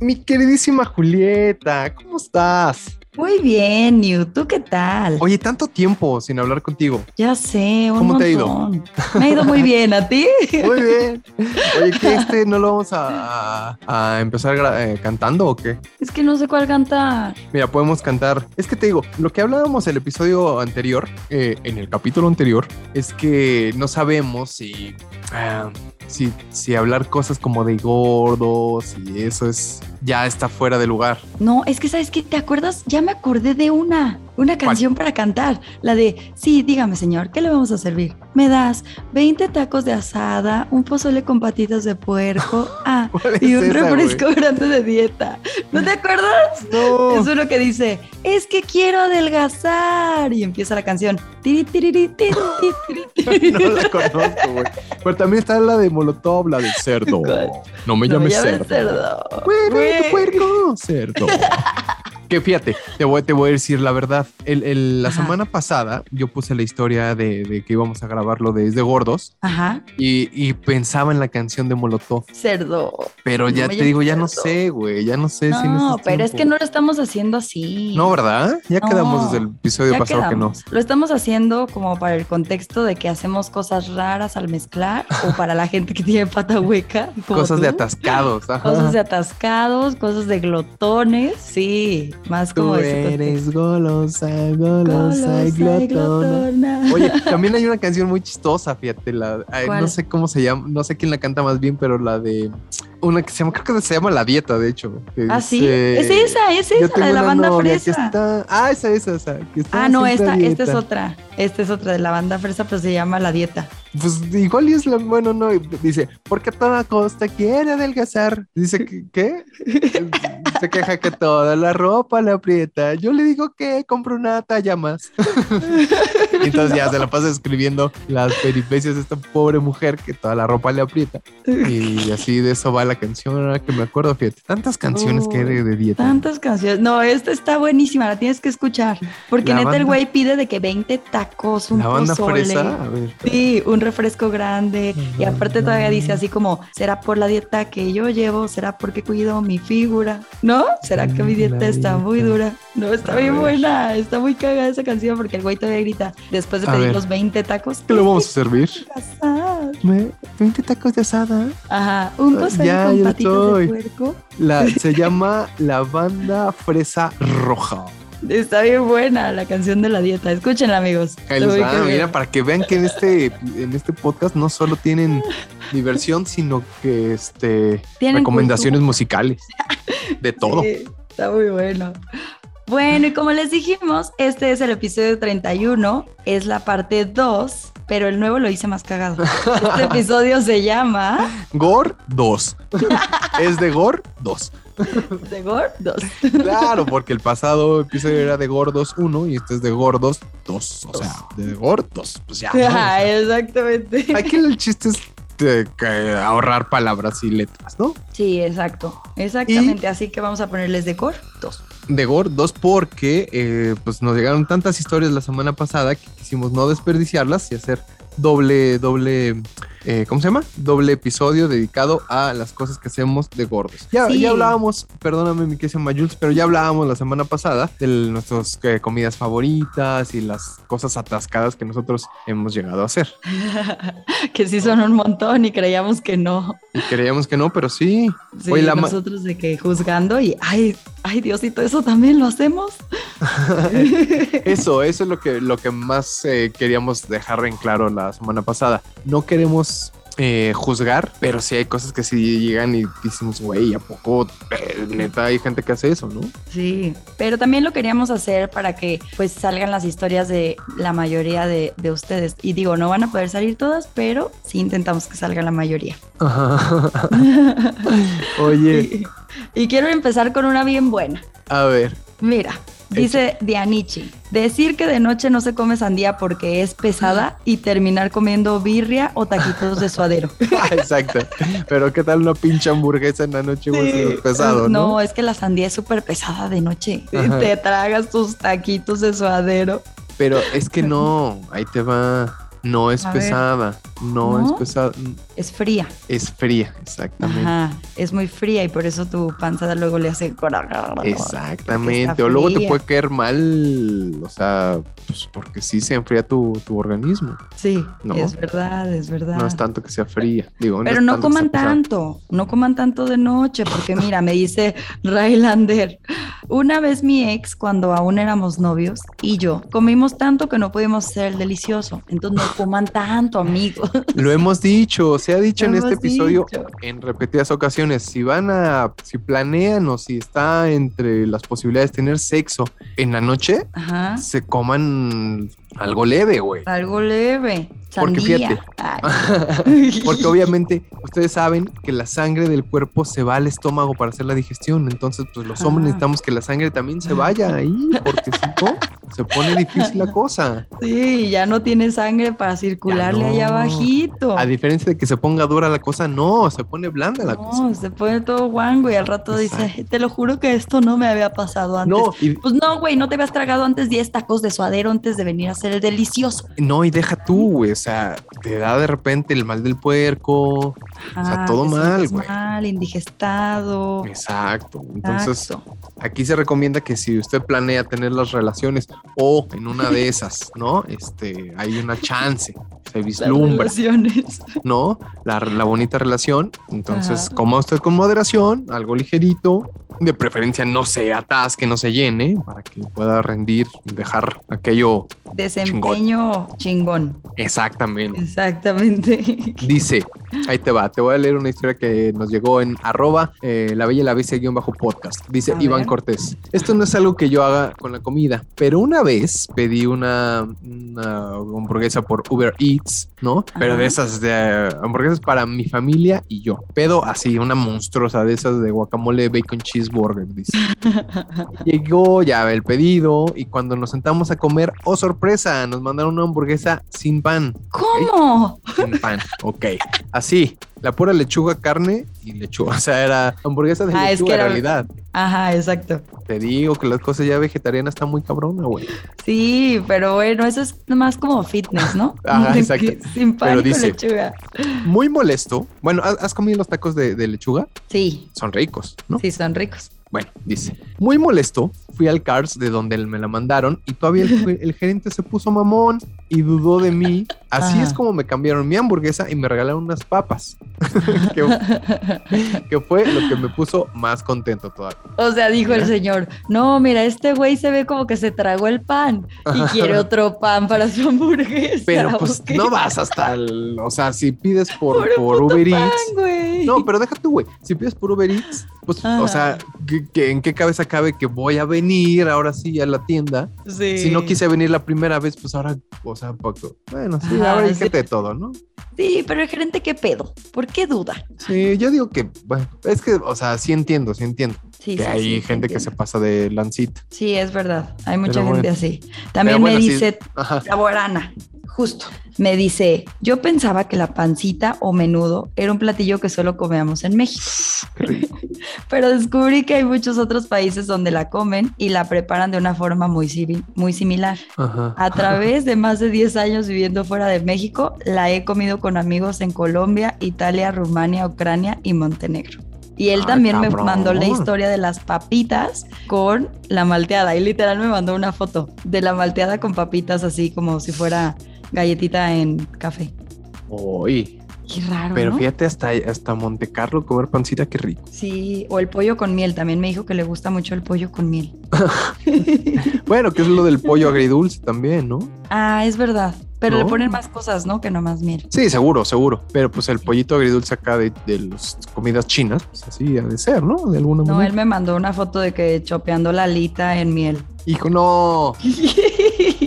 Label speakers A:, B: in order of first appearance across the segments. A: mi queridísima Julieta, ¿cómo estás?
B: Muy bien, New. ¿Tú qué tal?
A: Oye, tanto tiempo sin hablar contigo.
B: Ya sé. Un
A: ¿Cómo te ha ido?
B: montón. Me ha ido muy bien. ¿A ti?
A: Muy bien. Oye, ¿qué este no lo vamos a, a empezar gra- eh, cantando o qué?
B: Es que no sé cuál cantar.
A: Mira, podemos cantar. Es que te digo, lo que hablábamos el episodio anterior, eh, en el capítulo anterior, es que no sabemos si, ah, si, si hablar cosas como de gordos y eso es ya está fuera de lugar.
B: No, es que sabes que te acuerdas, ya me acordé de una, una canción para cantar, la de, sí, dígame señor, ¿qué le vamos a servir? Me das 20 tacos de asada, un pozole con patitas de puerco, ah,
A: ¿Cuál es
B: y un
A: esa, güey?
B: refresco grande de dieta. ¿No te acuerdas?
A: No.
B: Es uno que dice, es que quiero adelgazar. Y empieza la canción. Tiri, tiriri, tiri, tiri, tiri.
A: No la conozco, güey. Pero también está la de Molotov, la del cerdo.
B: ¿Cuál?
A: No Pues me
B: No me
A: llames cerdo.
B: llames cerdo.
A: Güey,
B: Güey.
A: tu puerco, cerdo. Que fíjate, te voy, te voy a decir la verdad. El- el- la
B: Ajá.
A: semana pasada yo puse la historia de, de que íbamos a grabarlo de, Es de Gordos
B: Ajá,
A: y, y pensaba en la canción de Molotov,
B: cerdo.
A: pero
B: No
A: ya
B: me
A: te digo, ya no
B: llames cerdo.
A: sé, güey, ya no sé si en
B: No,
A: estos
B: pero es que no
A: tiempos-
B: lo estamos haciendo así.
A: No, ¿verdad? Ya
B: No,
A: quedamos desde el episodio
B: Ya
A: pasado
B: quedamos. Lo estamos haciendo como para el contexto de que hacemos cosas raras al mezclar o para la gente que tiene pata hueca.
A: que no.
B: como
A: Cosas de
B: tú.
A: atascados. ajá.
B: Cosas de atascados, cosas de glotones. Sí, más
A: Tú
B: como ese contexto.
A: eres golosa, golosa,
B: Golosa
A: y
B: y
A: glotona.
B: glotona.
A: Oye, también hay una canción muy chistosa, fíjate, la, ay, no
B: ¿Cuál?
A: sé cómo se llama, no sé quién la canta más bien, pero la de una que se llama, creo que se llama La Dieta, de hecho. que
B: Ah, sí.
A: dice,
B: Es esa, es
A: Este, "Yo
B: esa,
A: tengo
B: la de la
A: una
B: banda
A: novia que
B: fresa.
A: está- ah, esa, esa, esa. que está
B: Ah, no,
A: siempre a
B: esta, esta es
A: dieta".
B: otra. Esta es otra de la banda fresa, pero se llama La Dieta.
A: Pues igual y es la, bueno, no, y dice, porque a toda costa quiere adelgazar. Dice, que- ¿qué? se queja que toda la ropa le aprieta. Yo le digo que compro una talla más. Y entonces ya se la pasa escribiendo las peripecias de esta pobre mujer que toda la ropa le aprieta. Y así de eso va la canción, ahora que me acuerdo, fíjate, tantas canciones que hay de, de dieta.
B: Tantas canciones. No, esta está buenísima, la tienes que escuchar. Porque
A: La
B: neta
A: banda-
B: el güey pide de que 20 tacos, un
A: la banda
B: pozole.
A: fresa, a ver.
B: Sí, un refresco grande. Y aparte todavía dice
A: Ajá.
B: así como, ¿será por la dieta que yo llevo? ¿Será porque cuido mi figura? ¿No? ¿Será que mi
A: Mm,
B: dieta
A: la
B: está muy
A: dieta.
B: dura? No, está
A: A
B: bien
A: ver.
B: buena. Está muy cagada esa canción porque el güey todavía grita después de
A: A
B: pedir
A: ver.
B: los 20 tacos.
A: ¿Qué le vamos a servir?
B: pasar?
A: Me- 20 tacos de asada.
B: Ajá, un pozole
A: Ah, Ya,
B: con
A: ya
B: patitas
A: estoy.
B: de puerco.
A: La, se llama La Banda Fresa Roja.
B: Está bien buena la canción de la dieta. Escúchenla, amigos.
A: Ahí
B: Está
A: les
B: muy
A: va,
B: cagada.
A: mira, para que vean que en este, en este podcast no solo tienen diversión, sino que este,
B: Tienen
A: recomendaciones musicales. De todo.
B: cultura. Sí, está muy bueno. Bueno, y como les dijimos, este es el episodio 31, es la parte 2, pero el nuevo lo hice más cagado. Este episodio se llama
A: Gore 2. es de Gore 2.
B: The Gordos.
A: Claro, porque el pasado episodio era de Gordos 1 y este es de Gordos 2. O sea, de Gordos. Pues ya. ¿no? O sea,
B: Ah, exactamente.
A: aquí el chiste es de que ahorrar palabras y letras, ¿no?
B: Sí, exacto. Exactamente. Así que vamos a ponerles The Gordos.
A: de Gore 2 porque eh, pues nos llegaron tantas historias la semana pasada que quisimos no desperdiciarlas y hacer doble, doble, eh, ¿cómo se llama? Doble episodio dedicado a las cosas que hacemos de gordos. Ya,
B: Sí.
A: ya hablábamos, perdóname mi querida Mayuls, pero ya hablábamos la semana pasada de nuestras eh, comidas favoritas y las cosas atascadas que nosotros hemos llegado a hacer.
B: que sí son un montón y creíamos que no.
A: Y creíamos que no, pero sí.
B: Sí,
A: Oye, la ma-
B: nosotros de que juzgando y ay, ay Diosito, eso también lo hacemos.
A: Eso, eso es lo que, lo que más eh, queríamos dejar en claro la semana pasada. No queremos eh, juzgar, pero sí hay cosas que sí llegan y decimos, güey, ¿a poco eh, neta hay gente que hace eso, no?
B: Sí, pero también lo queríamos hacer para que pues salgan las historias de la mayoría de, de ustedes. Y digo, no van a poder salir todas, pero sí intentamos que salga la mayoría.
A: Oye,
B: Y, y quiero empezar con una bien buena.
A: a ver,
B: Mira, dice Dianichi, decir que de noche no se come sandía porque es pesada y terminar comiendo birria o taquitos de suadero.
A: exacto. Pero qué tal una pinche hamburguesa en la noche, güey,
B: Sí. Ah,
A: es pesado, ¿no?
B: es que la sandía es súper pesada de noche.
A: Ajá.
B: Te tragas tus taquitos de suadero.
A: Pero es que no, ahí te va. No es
B: A ver.
A: pesada, no,
B: ¿No?
A: es pesada,
B: Es fría.
A: es fría, exactamente.
B: Ajá. Es muy fría y por eso tu panza luego le hace.
A: Exactamente,
B: está
A: o luego te
B: fría.
A: puede caer mal, o sea, pues porque sí se enfría tu, tu organismo,
B: Sí,
A: No.
B: es verdad, es verdad.
A: no es tanto que sea fría, digo,
B: Pero
A: es
B: no
A: tanto que sea
B: coman
A: pesada.
B: tanto, no coman tanto de noche, porque mira, me dice Raylander, una vez mi ex, cuando aún éramos novios, y yo, comimos tanto que no pudimos hacer el delicioso, entonces no coman tanto, amigos.
A: Lo hemos dicho, se ha dicho
B: Lo
A: en este
B: hemos
A: episodio
B: dicho.
A: en repetidas ocasiones, si van a, si planean o si está entre las posibilidades de tener sexo en la noche,
B: Ajá,
A: se coman algo leve, güey.
B: algo leve,
A: Porque
B: sandía.
A: fíjate.
B: Ay.
A: Porque obviamente ustedes saben que la sangre del cuerpo se va al estómago para hacer la digestión. Entonces, pues los hombres
B: Ah.
A: necesitamos que la sangre también se vaya ahí, porque si no, se pone difícil la cosa.
B: Sí, ya no tiene sangre para circularle allá
A: no.
B: abajito.
A: A diferencia de que se ponga dura la cosa, no, se pone blanda la cosa.
B: No, se pone todo guango y al rato dice, te lo juro que esto no me había pasado antes.
A: No, y
B: Pues no, güey, no te habías tragado antes 10 tacos de suadero antes de venir a hacer el delicioso.
A: No, y deja tú, güey. O sea, te da de repente el mal del puerco. sea, todo
B: te
A: mal,
B: Ah, sientes
A: güey.
B: Mal, indigestado.
A: Exacto. Entonces,
B: Oh. Exacto.
A: aquí se recomienda que si usted planea tener las relaciones o en una de esas, ¿no? Este, hay una chance, se
B: Las
A: vislumbra,
B: relaciones.
A: ¿no? La, la bonita relación. Entonces,
B: Ajá.
A: coma usted con moderación, algo ligerito. De preferencia, no se atasque, no se llene, para que pueda rendir, dejar aquello
B: Desempeño chingón.
A: exactamente.
B: Exactamente.
A: Dice, ahí te va, te voy a leer una historia que nos llegó en arroba eh, la bella y la bestia guión bajo podcast. Dice
B: A ver.
A: Iván Cortés, esto no es algo que yo haga con la comida, pero una vez pedí una, una hamburguesa por Uber Eats, ¿no? Pero
B: Ajá.
A: de esas de eh, hamburguesas para mi familia y yo. Pedo así, una monstruosa de esas de guacamole, bacon, cheeseburger, dice. Llegó ya el pedido y cuando nos sentamos a comer, oh sorpresa, nos mandaron una hamburguesa sin pan
B: ¿Cómo?
A: sin pan. Ok. Así, la pura lechuga, carne y lechuga. O sea, era hamburguesa de
B: Ah, es
A: lechuga
B: que era-
A: en realidad.
B: Ajá, exacto.
A: Te digo que las cosas ya vegetarianas están muy cabrona, güey.
B: Sí, pero bueno, eso es más como fitness, ¿no?
A: Ajá,
B: De
A: exacto.
B: que Sin pan
A: Pero
B: y con
A: dice-
B: lechuga.
A: Muy molesto. Bueno, ¿has, has comido los tacos de, de lechuga?
B: Sí,
A: Son ricos, ¿no?
B: sí, son ricos.
A: Bueno, dice. Muy molesto, fui al Cars de donde me la mandaron y todavía el, el gerente se puso mamón y dudó de mí. Así
B: Ajá.
A: es como me cambiaron mi hamburguesa y me regalaron unas papas, que, que fue lo que me puso más contento todavía.
B: O sea, dijo el
A: Mira.
B: señor, no, mira, este güey se ve como que se tragó el pan y quiere otro pan para su hamburguesa.
A: Pero pues
B: ¿ok?
A: no vas hasta el. O sea, si pides por,
B: Puro
A: por Uber
B: Pan,
A: Eats.
B: güey.
A: No, pero deja tú, güey. Si pides por Uber Eats, pues,
B: Ajá.
A: o sea, ¿qué- qué- ¿en qué cabeza cabe que voy a venir ahora sí a la tienda?
B: Sí.
A: Si no quise venir la primera vez, pues ahora, o sea, poco. Bueno, sí,
B: Ajá,
A: ahora hay
B: sí.
A: gente de todo, ¿no?
B: Sí, pero el gerente, ¿qué pedo? ¿Por qué duda?
A: Sí, yo digo que, bueno, es que, o sea, sí entiendo, sí entiendo.
B: Sí,
A: que
B: sí,
A: hay
B: sí,
A: gente
B: te
A: que se
B: entiendo.
A: pasa de lancita.
B: Sí, es verdad. Hay mucha
A: Pero
B: gente
A: bueno.
B: así. También
A: bueno,
B: me
A: sí.
B: dice
A: Ajá.
B: Taborana, justo. Me dice, yo pensaba que la pancita o menudo era un platillo que solo comíamos en México.
A: Qué rico.
B: Pero descubrí que hay muchos otros países donde la comen y la preparan de una forma muy, simi- muy similar.
A: Ajá.
B: A través de más de 10 años viviendo fuera de México, la he comido con amigos en Colombia, Italia, Rumania, Ucrania y Montenegro. Y él
A: Ay,
B: también
A: Ah, cabrón.
B: me mandó la historia de las papitas con la malteada. Y literal me mandó una foto de la malteada con papitas así como si fuera galletita en café.
A: Uy,
B: Qué raro,
A: pero
B: ¿no?
A: fíjate, hasta, hasta Monte Carlo comer pancita, qué rico.
B: Sí, o el pollo con miel. También me dijo que le gusta mucho el pollo con miel.
A: Bueno, que es lo del pollo agridulce también, ¿no?
B: Ah, es verdad. Pero
A: No.
B: le ponen más cosas, ¿no? Que nomás miel.
A: Sí, seguro, seguro. Pero pues el pollito agridulce acá de, de las comidas chinas, pues así ha de ser, ¿no? De alguna
B: No, él
A: manera.
B: me mandó una foto de que chopeando la alita en miel.
A: Hijo, no,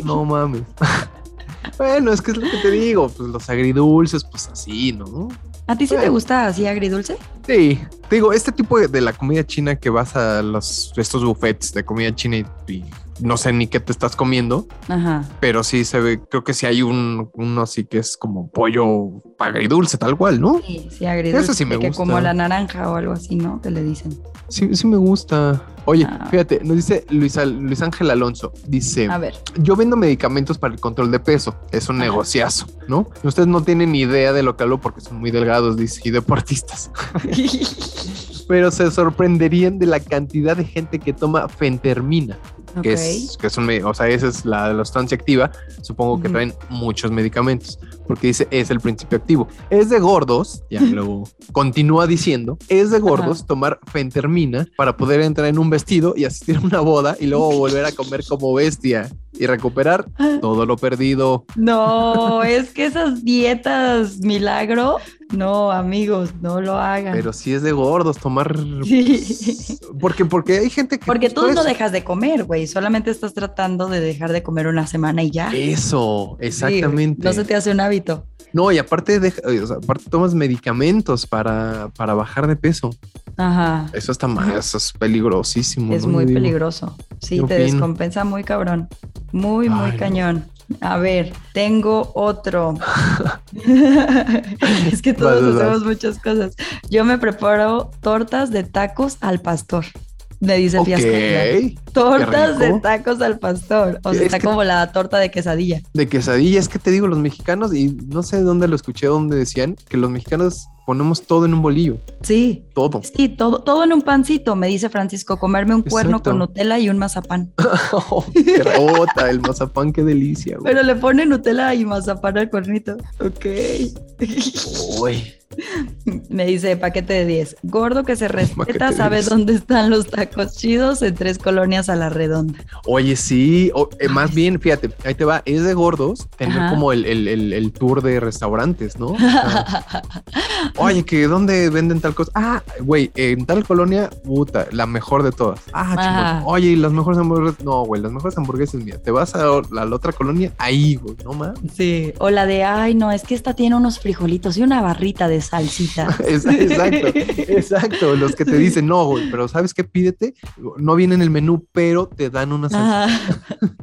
A: no mames. bueno, es que es lo que te digo, pues los agridulces, pues así, ¿no?
B: ¿A ti sí te
A: Bueno.
B: gusta así agridulce?
A: Sí, te digo, este tipo de, de la comida china que vas a los, estos buffets de comida china y, y no sé ni qué te estás comiendo,
B: Ajá.
A: pero sí se ve, creo que sí hay un, uno así que es como pollo agridulce, tal cual, ¿no?
B: Sí, sí, agridulce.
A: Eso sí me
B: de que
A: gusta.
B: como la naranja o algo así, ¿no? Que le dicen.
A: Sí, sí me gusta. Oye,
B: Ah.
A: fíjate, nos dice Luis, Al- Luis Ángel Alonso, dice,
B: A ver,
A: yo vendo medicamentos para el control de peso, es un
B: Ajá.
A: negociazo, ¿no? Ustedes no tienen ni idea de lo que hablo porque son muy delgados, dice, y deportistas. pero se sorprenderían de la cantidad de gente que toma fentermina,
B: ok.
A: que es que es un, me- o sea, esa es la de la sustancia activa, supongo que
B: Ujú.
A: traen muchos medicamentos, porque dice es el principio activo. Es de gordos, ya luego continúa diciendo, es de gordos tomar fentermina para poder entrar en un vestido y asistir a una boda y luego volver a comer como bestia y recuperar
B: Ah,
A: todo lo perdido.
B: No, es que esas dietas milagro, no, amigos, no lo hagan.
A: Pero si es de gordos tomar
B: Sí.
A: porque porque hay gente que "Pues,
B: Porque tú
A: puedes-
B: no dejas de comer, güey, solamente estás tratando de dejar de comer una semana y
A: eso,
B: ya. Sí, güey,
A: Eh, exactamente.
B: no se te hace un hábito.
A: No, y aparte, deja- o sea, aparte tomas medicamentos para, para bajar de peso.
B: Ajá.
A: Eso está mal, eso es peligrosísimo.
B: Es
A: ¿no?
B: muy
A: Yo digo,
B: peligroso. Sí,
A: Yo
B: te
A: opino.
B: descompensa muy cabrón. Muy, muy
A: Ay, no.
B: cañón. A ver, tengo otro. es que todos
A: Vas, vas, vas.
B: hacemos muchas cosas. Yo me preparo tortas de tacos al pastor. Me dice
A: Ok,
B: Fiasco. Tortas
A: rico.
B: de tacos al pastor. O sea,
A: Es
B: está
A: que-
B: como la torta de quesadilla.
A: de quesadilla. Es que te digo, los mexicanos, y no sé dónde lo escuché, donde decían que los mexicanos ponemos todo en un bolillo,
B: Sí,
A: todo.
B: sí, todo, todo en un pancito, me dice Francisco. Comerme un cuerno
A: Exacto.
B: con Nutella y un mazapán.
A: Qué rebota, el mazapán, qué delicia. güey.
B: Pero le pone Nutella y mazapán al cuernito. Ok.
A: Uy,
B: Me dice paquete de 10. Gordo que se
A: Paquete
B: respeta
A: de
B: sabe
A: 10.
B: dónde están los tacos chidos en tres colonias a la redonda.
A: Oye, sí, o- eh, más bien, fíjate, ahí te va, es de gordos tener
B: Ajá.
A: como el, el- el- el tour de restaurantes, ¿no? O sea, oye, que dónde venden tal cosa. Ah, güey, en tal colonia, puta, la mejor de todas. Ah,
B: Ajá.
A: chingón. Oye, y las mejores hamburguesas. No, güey, las mejores hamburguesas, mira, te vas a o- a la otra colonia, ahí, güey, no más.
B: Sí. O la de, ay, no, es que esta tiene unos frijolitos y una barrita de salsita.
A: Exacto, exacto. Los que te dicen, no, güey, pero ¿sabes qué? Pídete. No viene en el menú, pero te dan una salsa.
B: Ajá.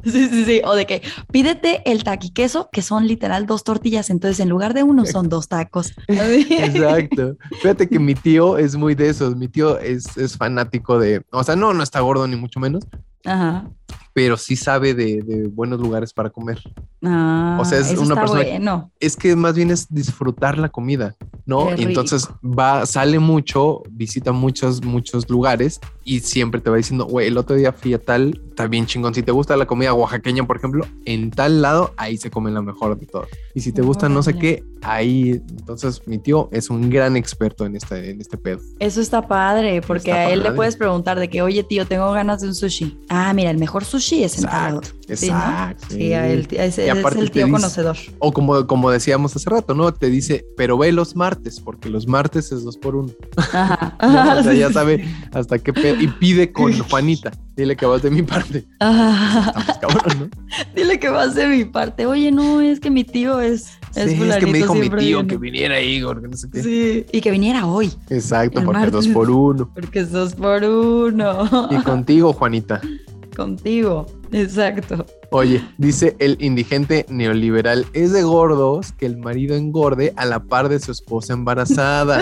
B: Sí, sí, sí. O de que pídete el taquiqueso, que son literal dos tortillas. Entonces, en lugar de uno, son dos tacos.
A: Exacto. Fíjate que mi tío es muy de esos. Mi tío es, es fanático de, o sea, no, no está gordo ni mucho menos,
B: Ajá.
A: pero sí sabe de, de buenos lugares para comer.
B: Ah,
A: O sea, es
B: eso
A: una
B: está
A: persona-
B: bueno.
A: Es que más bien es disfrutar la comida, ¿no?
B: Qué
A: Y entonces va, sale mucho, visita muchos, muchos lugares y siempre te va diciendo, güey, el otro día fui a tal, está bien chingón. Si te gusta la comida oaxaqueña, por ejemplo, en tal lado, ahí se come la mejor de todo. Y si te gusta no sé
B: Órale.
A: qué, ahí, entonces mi tío es un gran experto en este, en este pedo.
B: Eso está padre, porque
A: Está
B: a él
A: padre.
B: le puedes preguntar de que, oye, tío, tengo ganas de un sushi. Ah, mira, el mejor sushi es en tal lado.
A: Exacto,
B: Sí, ¿no?
A: exacto.
B: Sí, a él, es, es
A: aparte
B: el
A: te
B: tío
A: dice-
B: conocedor.
A: O como, como decíamos hace rato, ¿no? Te dice, pero ve los martes, porque los martes es dos por uno.
B: Ajá.
A: ¿no? O sea,
B: Sí,
A: ya
B: Ah, sí,
A: sabe
B: sí.
A: hasta qué pedo. Y pide con Juanita. Dile que vas de mi parte.
B: Ajá.
A: Estamos cabrón, ¿no?
B: Dile que vas de mi parte. Oye, no, es que mi tío es. Es,
A: Sí, es que
B: fulanito,
A: me dijo mi
B: siempre
A: tío
B: viene.
A: que viniera ahí, porque no sé qué.
B: Sí, y que viniera hoy,
A: Exacto,
B: El
A: porque
B: martes.
A: dos por uno.
B: porque es dos por uno.
A: Y contigo, Juanita.
B: Contigo, exacto.
A: Oye, dice el indigente neoliberal, es de gordos que el marido engorde a la par de su esposa embarazada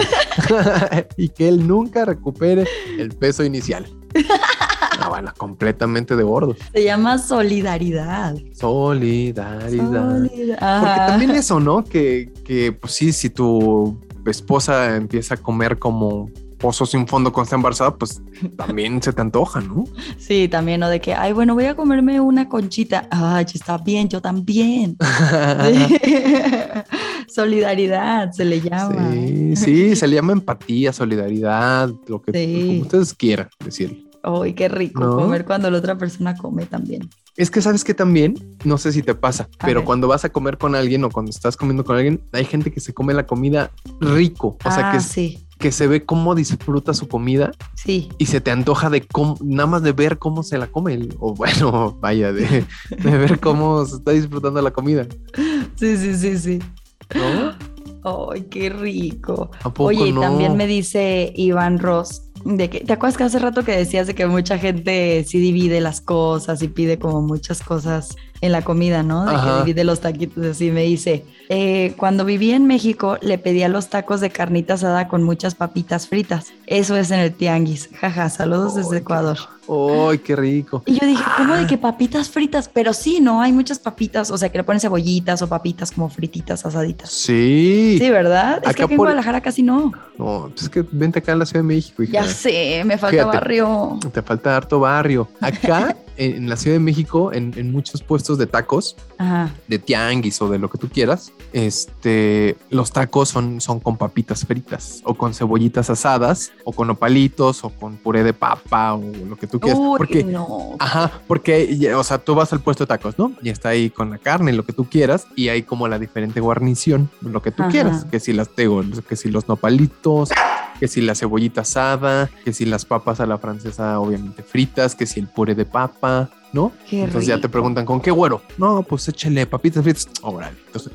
A: y que él nunca recupere el peso inicial. Ah, bueno, completamente de gordos.
B: Se llama solidaridad.
A: Solidaridad.
B: Solida-
A: Porque
B: Ajá.
A: también eso, ¿no? Que, que, pues sí, si tu esposa empieza a comer como pozo sin fondo cuando está embarazada, pues también se te antoja, ¿no?
B: Sí, también, ¿no? De que, ay, bueno, voy a comerme una conchita. Ay, está bien, yo también. Solidaridad se le llama.
A: Sí, sí, se le llama empatía, solidaridad, lo que
B: Sí.
A: como ustedes quieran decirle.
B: Ay, qué rico
A: ¿No?
B: comer cuando la otra persona come también.
A: Es que sabes que también, no sé si te pasa,
B: A
A: pero
B: ver.
A: cuando vas a comer con alguien o cuando estás comiendo con alguien, hay gente que se come la comida rico, o sea,
B: ah,
A: que, es-
B: sí,
A: que se ve cómo disfruta su comida
B: sí.
A: y se te antoja de cómo, nada más de ver cómo se la come, el- o bueno, vaya, de, de ver cómo se está disfrutando la comida,
B: Sí, sí, sí, sí.
A: ¿no?
B: Ay, qué rico.
A: ¿A poco
B: Oye, y
A: no?
B: también me dice Iván Ross, De que, ¿Te acuerdas que hace rato que decías de que mucha gente sí divide las cosas y pide como muchas cosas en la comida, ¿no? De
A: Ajá.
B: que divide los taquitos así. Me dice, eh, cuando vivía en México le pedía los tacos de carnita asada con muchas papitas fritas. Eso es en el tianguis. Jaja, saludos desde
A: Ay,
B: Ecuador.
A: ¡Ay, qué rico!
B: Y yo dije, ¿cómo
A: Ah.
B: de que papitas fritas? Pero sí, ¿no? Hay muchas papitas, o sea, que le ponen cebollitas o papitas como frititas, asaditas.
A: Sí.
B: Sí, ¿verdad? es que
A: Acá
B: aquí en
A: por-
B: Guadalajara casi no.
A: No, pues es que vente acá a la Ciudad de México, hija.
B: Ya sé, me falta
A: Fíjate.
B: barrio.
A: Te falta harto barrio. Acá, en, en la Ciudad de México, en, en muchos puestos de tacos,
B: Ajá.
A: de tianguis o de lo que tú quieras, este, los tacos son, son con papitas fritas o con cebollitas asadas o con opalitos o con puré de papa o lo que tú quieras.
B: Uy,
A: porque Ah,
B: no.
A: Ajá, porque, ya, o sea, tú vas al puesto de tacos, ¿no? Y está ahí con la carne, lo que tú quieras, y hay como la diferente guarnición, lo que tú
B: Ajá.
A: quieras, que si las tego, que si los nopalitos, que si la cebollita asada, que si las papas a la francesa obviamente fritas, que si el puré de papa, ¿no?
B: Qué
A: Entonces ya te
B: rico.
A: preguntan, ¿con qué güero? No, pues échale papitas fritas. Órale, entonces,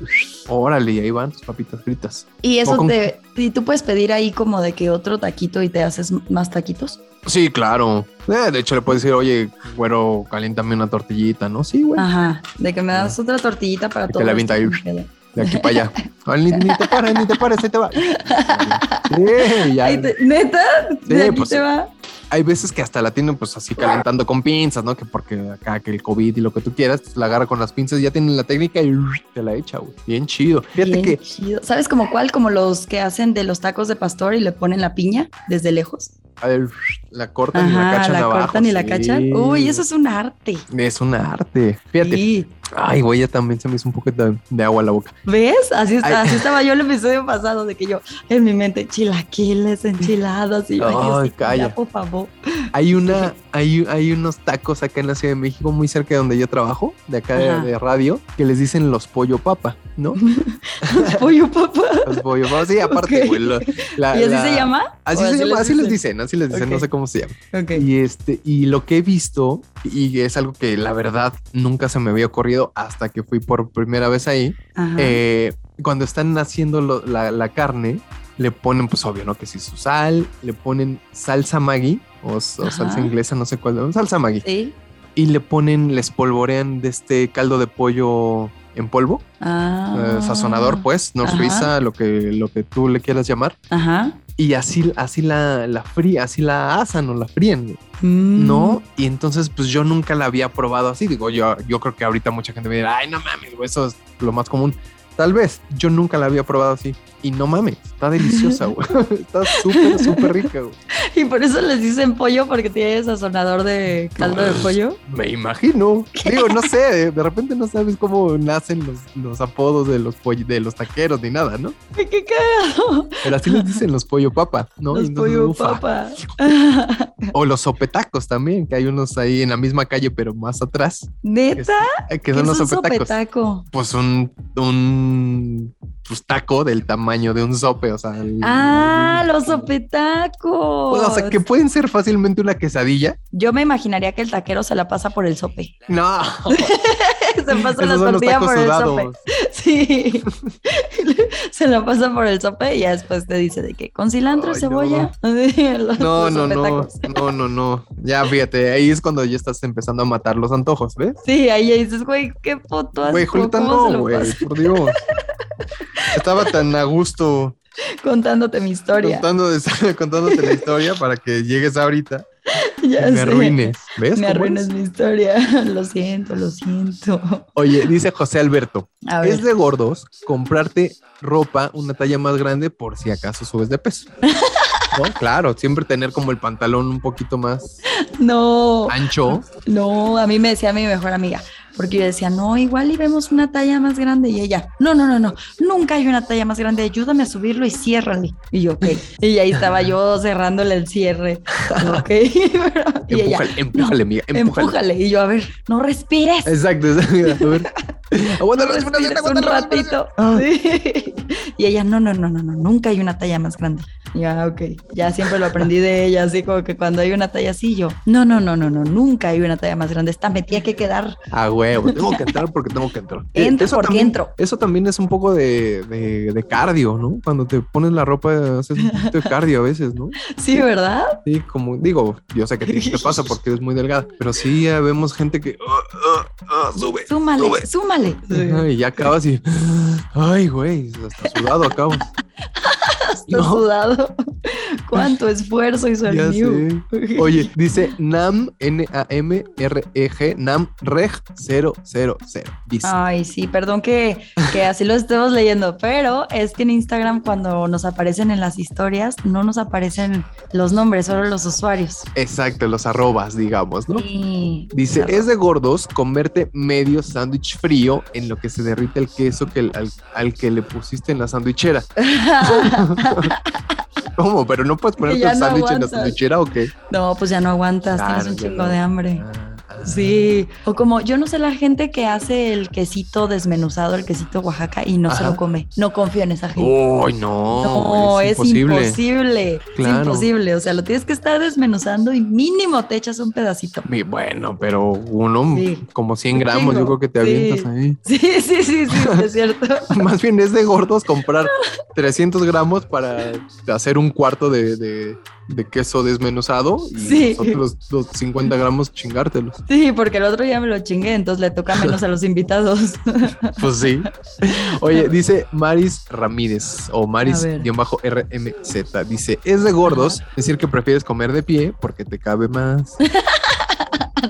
A: órale, y ahí van tus papitas fritas.
B: Y
A: o
B: eso
A: con-
B: te. Y tú puedes pedir ahí como de que otro taquito y te haces más taquitos.
A: Sí, claro. Eh, de hecho, le puedes decir, oye, güero, caliéntame una tortillita, ¿no? Sí, güey.
B: Ajá. De que me das otra tortillita para
A: Que
B: todo.
A: Ah. la avienta
B: esto que me queda.
A: de aquí para allá. Ah, Ni, ni te pares, ni te pares, ahí te va. Sí, ya.
B: Ay, te- Neta,
A: Sí,
B: de aquí
A: pues,
B: te va.
A: Hay veces que hasta la tienen pues así calentando con pinzas, ¿no? Que porque acá que el COVID y lo que tú quieras, pues, la agarra con las pinzas, ya tienen la técnica y ¡ur! te la echa, güey. Bien chido. Fíjate
B: Bien
A: que
B: chido. ¿Sabes como cuál? Como los que hacen de los tacos de pastor y le ponen la piña desde lejos.
A: a ver, la cortan y la
B: Ajá,
A: cachan
B: la
A: abajo.
B: cortan y la
A: sí.
B: cachan. Uy, eso es un arte.
A: Es un arte. Fíjate.
B: Sí.
A: Ay, güey, ya también se me hizo un poco de, de agua a la boca.
B: ¿Ves? Así, está-
A: Ay.
B: así estaba yo el episodio pasado de que yo en mi mente chilaquiles, enchiladas y yo,
A: Ay,
B: Diosito,
A: calla.
B: ya, por favor.
A: Hay una, hay, hay unos tacos acá en la Ciudad de México, muy cerca de donde yo trabajo, de acá de,
B: Ajá.
A: de radio, que les dicen los pollo papa, ¿no?
B: Pollo papá.
A: Los pollo papas. Sí, aparte,
B: Ok.
A: güey. lo- la-
B: ¿Y así
A: la-
B: se llama?
A: Así
B: ¿O
A: se llama, así les
B: dicen?
A: dicen, así les dicen, no
B: Ok.
A: sé cómo se llama.
B: Ok.
A: Y este, y lo que he visto, y es algo que la verdad nunca se me había ocurrido hasta que fui por primera vez ahí,
B: Ajá.
A: eh, cuando están haciendo lo- la, la carne, le ponen, pues obvio, ¿no? Que si su sal, le ponen salsa Maggi o, o salsa
B: Ajá.
A: inglesa, no sé cuál, salsa Maggi,
B: Sí.
A: y le ponen, les polvorean de este caldo de pollo en polvo,
B: Ah.
A: eh, sazonador, pues, no
B: Ajá.
A: suiza, lo que, lo que tú le quieras llamar.
B: Ajá.
A: y así, así la, la fría, así la asan o la fríen, güey,
B: Mm.
A: ¿no? Y entonces, pues yo nunca la había probado así. Digo, yo, yo creo que ahorita mucha gente me dirá, ay, no mames, güey, eso es lo más común. Tal vez yo nunca la había probado así. Y no mames, está deliciosa, güey. está súper, súper rica, güey.
B: Y por eso les dicen pollo porque tiene sazonador de caldo de pollo.
A: Me imagino. Digo, no sé, de, de repente no sabes cómo nacen los, los apodos de los, poll- de los taqueros ni nada, ¿no?
B: ¡Qué, qué cagado!
A: Pero así les dicen los pollo papa, ¿no? Y
B: Los
A: entonces,
B: pollo
A: ufa.
B: papa.
A: O los sopetacos también, que hay unos ahí en la misma calle, pero más atrás,
B: Neta,
A: eh, que
B: ¿Qué
A: son
B: es
A: los
B: un
A: sopetacos.
B: sopetaco.
A: Pues un, un pues, taco del tamaño de un sope, o sea. el-
B: Ah, los
A: Pues,
B: sopetacos.
A: o sea, que pueden ser fácilmente una quesadilla.
B: Yo me imaginaría que el taquero se la pasa por el sope.
A: No,
B: se pasa la
A: esos son los
B: tortilla
A: tacos
B: por el sope.
A: sudados.
B: Sí. se la pasa por el sope y ya después te dice de que con cilantro y
A: Ay,
B: cebolla. Los-
A: No,
B: los
A: no, no,
B: sopetacos.
A: no, no, no. Ya fíjate, ahí es cuando ya estás empezando a matar los antojos, ¿ves?
B: Sí, ahí ya dices, güey, qué puto asco.
A: Güey, Julieta,
B: ¿cómo se
A: no,
B: lo
A: güey,
B: pasas?
A: por Dios. Estaba tan a gusto
B: Contándote mi historia.
A: contando de- contándote la historia para que llegues ahorita y
B: Ya
A: me
B: sé.
A: arruines. ¿Ves? cómo
B: Me arruinas
A: es?
B: mi historia. Lo siento, lo siento.
A: Oye, dice José Alberto,
B: A ver.
A: es de gordos comprarte ropa una talla más grande por si acaso subes de peso. ¿No? Claro, siempre tener como el pantalón un poquito más
B: No.
A: ancho.
B: No, a mí me decía mi mejor amiga, porque yo decía, no, igual y vemos una talla más grande. Y ella, no, no, no, no, nunca hay una talla más grande, ayúdame a subirlo y ciérrale. Y yo, ok. Y ahí estaba yo cerrándole el cierre. Ok. y ella,
A: Empújale, empújale, amiga, empújale.
B: empújale. Y yo, a ver, no respires.
A: Exacto, exacto. A ver. Aguanta
B: No
A: la respiración,
B: respires
A: aguanta
B: un
A: la respiración. Ah.
B: ratito. Sí. Y ella, no, no, no, no, no, nunca hay una talla más grande. Y yo, ah, ok, ya siempre lo aprendí de ella, así como que cuando hay una talla así, yo, no, no, no, no, no, nunca hay una talla más grande. Esta me tiene que quedar.
A: A huevo, tengo que entrar porque tengo que entrar.
B: Entro
A: eso
B: porque
A: también,
B: entro.
A: Eso también es un poco de, de- de cardio, ¿no? Cuando te pones la ropa, haces un poquito de cardio a veces, ¿no?
B: Sí, ¿verdad?
A: Sí, como digo, yo sé que a ti te pasa porque eres muy delgada, pero sí eh, vemos gente que ah, ah, ah, sube.
B: Súmale,
A: Sube.
B: súmale.
A: Ajá, y ya acabas y. Ay, güey, hasta sudado acabas.
B: Estoy sudado. Cuánto esfuerzo hizo el
A: Ya
B: Miu.
A: sé. Oye, dice NAM, N-A-M-R-E-G, E NAM Reg 000. Dice.
B: Ay, sí, perdón que, que así lo estemos leyendo, pero es que en Instagram cuando nos aparecen en las historias no nos aparecen los nombres, solo los usuarios.
A: Exacto, los arrobas, digamos, ¿no?
B: Sí.
A: Dice, es de gordos comerte medio sándwich frío en lo que se derrite el queso que el- al, al que le pusiste en la sandwichera. ¿Cómo? ¿Pero no puedes ponerte
B: ya
A: el
B: no
A: sándwich en la
B: aguantas.
A: sandwichera o qué?
B: No, pues ya no aguantas, tienes
A: Claro,
B: un
A: ya
B: chingo
A: no.
B: de hambre.
A: Ah, ah.
B: Sí, o como yo no sé la gente que hace el quesito desmenuzado, el quesito Oaxaca y no se
A: Ajá.
B: lo come. No confío en esa gente.
A: Uy, no.
B: No, es, imposible.
A: Claro.
B: Es imposible. O sea, lo tienes que estar desmenuzando y mínimo te echas un pedacito.
A: Mi- Bueno, pero uno,
B: Sí.
A: como 100
B: Un
A: gramos, yo
B: chingo.
A: creo que te
B: Sí.
A: avientas ahí.
B: Sí, sí, sí, sí, es cierto.
A: Más bien es de gordos comprar 300 gramos para hacer un cuarto de, de- de queso desmenuzado y
B: Sí.
A: nosotros los 50 gramos chingártelos.
B: Sí, porque el otro ya me lo chingué, entonces le toca menos a los invitados.
A: Pues sí. Oye, dice Maris Ramírez o
B: ver.
A: Maris-RMZ. Dice, es de gordos decir que prefieres comer de pie porque te cabe más.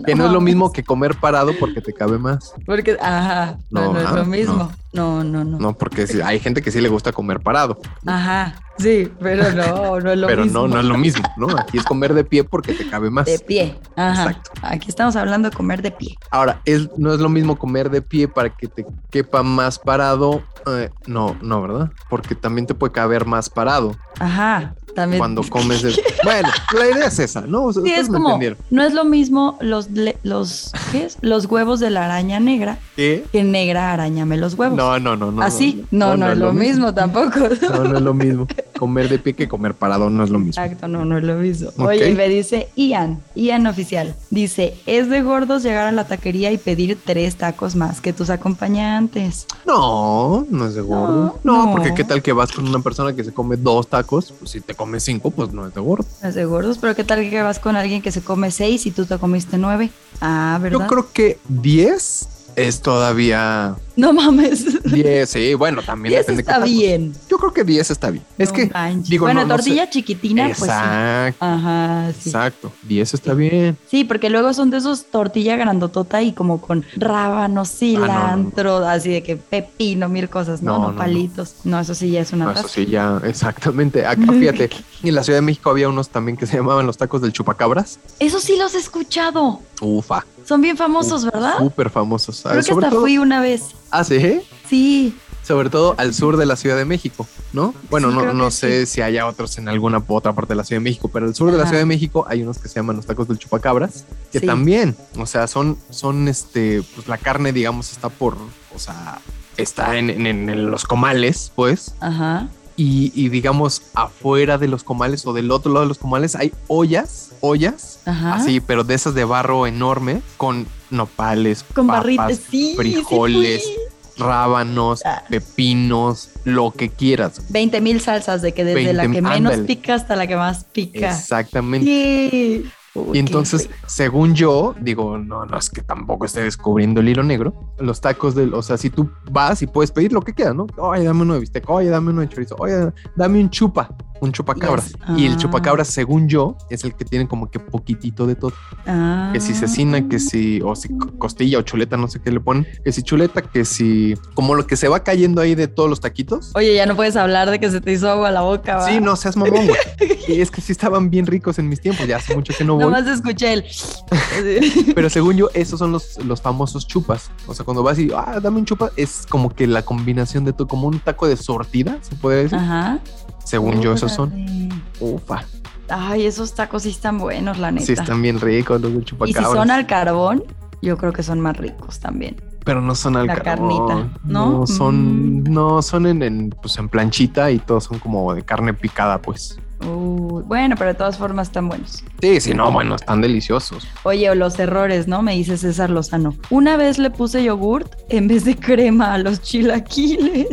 A: Que no es lo
B: mames.
A: mismo que comer parado porque te cabe más.
B: Porque, ajá, no,
A: No,
B: no, es
A: ajá,
B: lo mismo. No, no, no.
A: No, porque sí, hay gente que sí le gusta comer parado.
B: Ajá, sí, pero no, no es lo
A: pero
B: mismo.
A: no, no es lo mismo, ¿no? Aquí es comer de pie porque te cabe más.
B: De pie. Ajá.
A: Exacto.
B: Aquí estamos hablando de comer de pie.
A: Ahora, es, no es lo mismo comer de pie para que te quepa más parado. eh, no, no, ¿verdad? Porque también te puede caber más parado
B: Ajá, también.
A: cuando comes de... Bueno, la idea es esa, ¿no? O sea,
B: Sí,
A: ustedes
B: es
A: me
B: como,
A: entendieron.
B: no es lo mismo los, le- los, ¿qué es? los huevos de la araña negra
A: ¿Qué?
B: que negra arañame los huevos.
A: No, no, no, no.
B: Así, no, no, es lo mismo, tampoco.
A: No, no es lo mismo. Comer de pie que comer parado no es lo mismo.
B: Exacto, no, no es lo mismo.
A: Ok.
B: Oye, y me dice Ian, Ian oficial, dice, es de gordos llegar a la taquería y pedir tres tacos más que tus acompañantes.
A: No, no es de gordo.
B: No,
A: No,
B: no.
A: porque qué tal que vas con una persona que se come dos tacos, pues si te comes cinco, pues no es de gordo.
B: No es de gordos, pero ¿qué tal que vas con alguien que se come seis y tú te comiste nueve? Ah, ¿verdad?
A: Yo creo que 10 es todavía
B: No mames.
A: 10, sí, bueno, también
B: Diez
A: depende qué
B: está
A: tacos.
B: bien.
A: Yo creo que 10 está bien. Es
B: No
A: que
B: manches.
A: digo,
B: bueno,
A: no, no sé.
B: tortilla chiquitina, pues sí.
A: exacto,
B: Ajá, sí.
A: exacto, 10 está bien.
B: Sí, porque luego son de esos tortilla grandotota y como con
A: Ah,
B: rábano, cilantro, así de que pepino, mil cosas, ¿no?
A: No,
B: No,
A: no,
B: palitos. No. eso sí ya es una
A: No,
B: taza.
A: Ah, eso sí ya exactamente. Acá fíjate, en la Ciudad de México había unos también que se llamaban los tacos del chupacabras.
B: Eso sí los he escuchado.
A: Ufa,
B: Son bien famosos, ¿verdad?
A: súper famosos. Ah,
B: Creo que hasta
A: todo,
B: fui una vez.
A: Ah, sí.
B: Sí,
A: sobre todo al sur de la Ciudad de México, ¿no? Bueno,
B: Sí,
A: no,
B: creo
A: no
B: que
A: sé si haya otros en alguna otra parte de la Ciudad de México, pero al sur de la
B: Ajá.
A: Ciudad de México hay unos que se llaman los tacos del chupacabras, que
B: Sí.
A: también, o sea, son, son este, pues la carne, digamos, está por, o sea, está en, en- en- en los comales, pues,
B: ajá.
A: y, y digamos, afuera de los comales o del otro lado de los comales hay ollas, ollas,
B: Ajá.
A: así, pero de esas de barro enorme, con nopales,
B: Con
A: papas,
B: barritas, sí. sí
A: frijoles,
B: fui.
A: rábanos,
B: Ah.
A: pepinos, lo que quieras.
B: 20 mil salsas, de que desde
A: 20,000,
B: la que menos
A: ándale.
B: pica hasta la que más pica.
A: Exactamente.
B: Sí.
A: Y entonces, según yo, digo, no, no es que tampoco esté descubriendo el hilo negro. Los tacos del, o sea, si tú vas y puedes pedir lo que quieras, ¿no? Oye, dame uno de bistec, oye, dame uno de chorizo, oye, dame un chupa, un chupacabras.
B: Yes.
A: Y el
B: Ah.
A: chupacabras, según yo, es el que tiene como que poquitito de todo.
B: Ah.
A: que si cecina, que si, o si co- costilla o chuleta, no sé qué le ponen, que si chuleta, que si, como lo que se va cayendo ahí de todos los taquitos.
B: Oye, ya no puedes hablar de que se te hizo agua la boca, ¿va?
A: Sí, no seas mamón, güey. Y es que sí estaban bien ricos en mis tiempos, ya hace mucho que no voy.
B: Nomás escuché el. así.
A: Pero según yo, esos son los, los famosos chupas. O sea, cuando vas y, ah, dame un chupa, es como que la combinación de todo, como un taco de sortida, se puede decir.
B: Ajá.
A: Según yo, esos son.
B: Ah, Órale.
A: Ufa.
B: Ay, esos tacos sí están buenos, la neta.
A: Sí, están bien ricos los del
B: y si
A: chupacabras.
B: son al carbón, yo creo que son más ricos también.
A: pero no son al
B: La
A: carbón.
B: carnita, ¿no?
A: son,
B: Mm.
A: no, son en, en, pues, en planchita y todos son como de carne picada, pues.
B: Uy, Uh, bueno, pero de todas formas están buenos.
A: Sí, sí, no, bueno, están deliciosos.
B: Oye, o los errores, ¿no? Me dice César Lozano. Una vez le puse yogurt en vez de crema a los chilaquiles.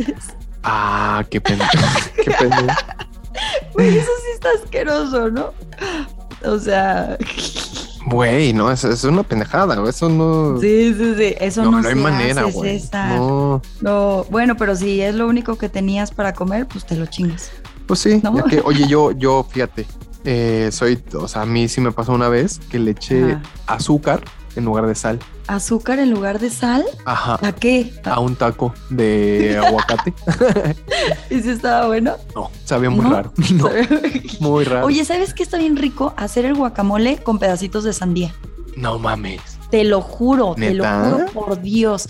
A: Ah, qué pena, qué pena.
B: Güey, eso sí está asqueroso, ¿no? O sea,
A: Güey, no, es, es una pendejada, güey, eso no...
B: sí, sí, sí. Eso
A: Uh. No,
B: no,
A: no hay
B: se
A: manera,
B: hace,
A: güey.
B: César.
A: No,
B: No, bueno, pero si es lo único que tenías para comer, pues te lo chingas.
A: pues sí.
B: No.
A: ya que- oye, yo, yo, fíjate, eh, soy, o sea, a mí sí me pasó una vez que le eché
B: Ajá.
A: azúcar en lugar de sal.
B: ¿Azúcar en lugar de sal?
A: Ajá.
B: ¿A qué?
A: A un taco de aguacate.
B: ¿Y si estaba bueno?
A: No, sabía muy
B: ¿No?
A: raro. No, muy raro.
B: Oye, ¿sabes qué está bien rico? Hacer el guacamole con pedacitos de sandía.
A: No mames.
B: Te lo juro, te lo
A: ¿Neta? Ah,
B: juro por Dios.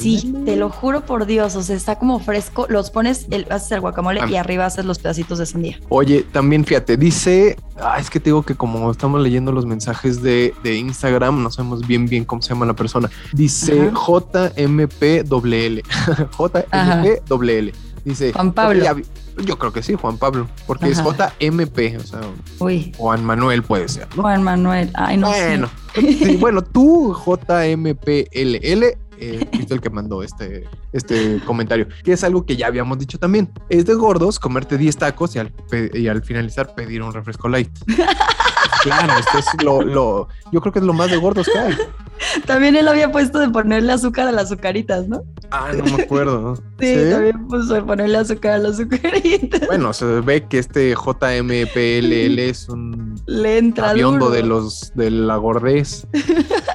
B: Sí,
A: Ándale.
B: te lo juro por Dios. O sea, está como fresco. Los pones, el- haces el guacamole
A: Ah.
B: y arriba haces los pedacitos de sandía.
A: Oye, también fíjate, dice, ah, es que te digo que como estamos leyendo los mensajes de, de Instagram, no sabemos bien bien cómo se llama la persona. Dice JMPWL. JMPWL. Dice
B: Juan Pablo.
A: "Ya vi- Yo creo que sí, Juan Pablo, porque es
B: Ajá.
A: JMP, o sea,
B: Uy,
A: Juan Manuel puede ser. ¿no?
B: Juan Manuel. Ay, no sé.
A: bueno, sí, bueno, tú JMPLL eh, fuiste el que mandó este, este comentario, que es algo que ya habíamos dicho también. Es de gordos comerte 10 tacos y al, pe- y al finalizar pedir un refresco light. Claro, esto es lo, lo- yo creo que es lo más de gordos que hay.
B: También él había puesto de ponerle azúcar a las azucaritas, ¿no?
A: Ah, no me acuerdo.
B: Sí,
A: ¿Sí?
B: también puso de ponerle azúcar a las azucaritas.
A: Bueno, se ve que este JMPLL es un
B: Le entra
A: Aviondo
B: duro.
A: de los de la gordez.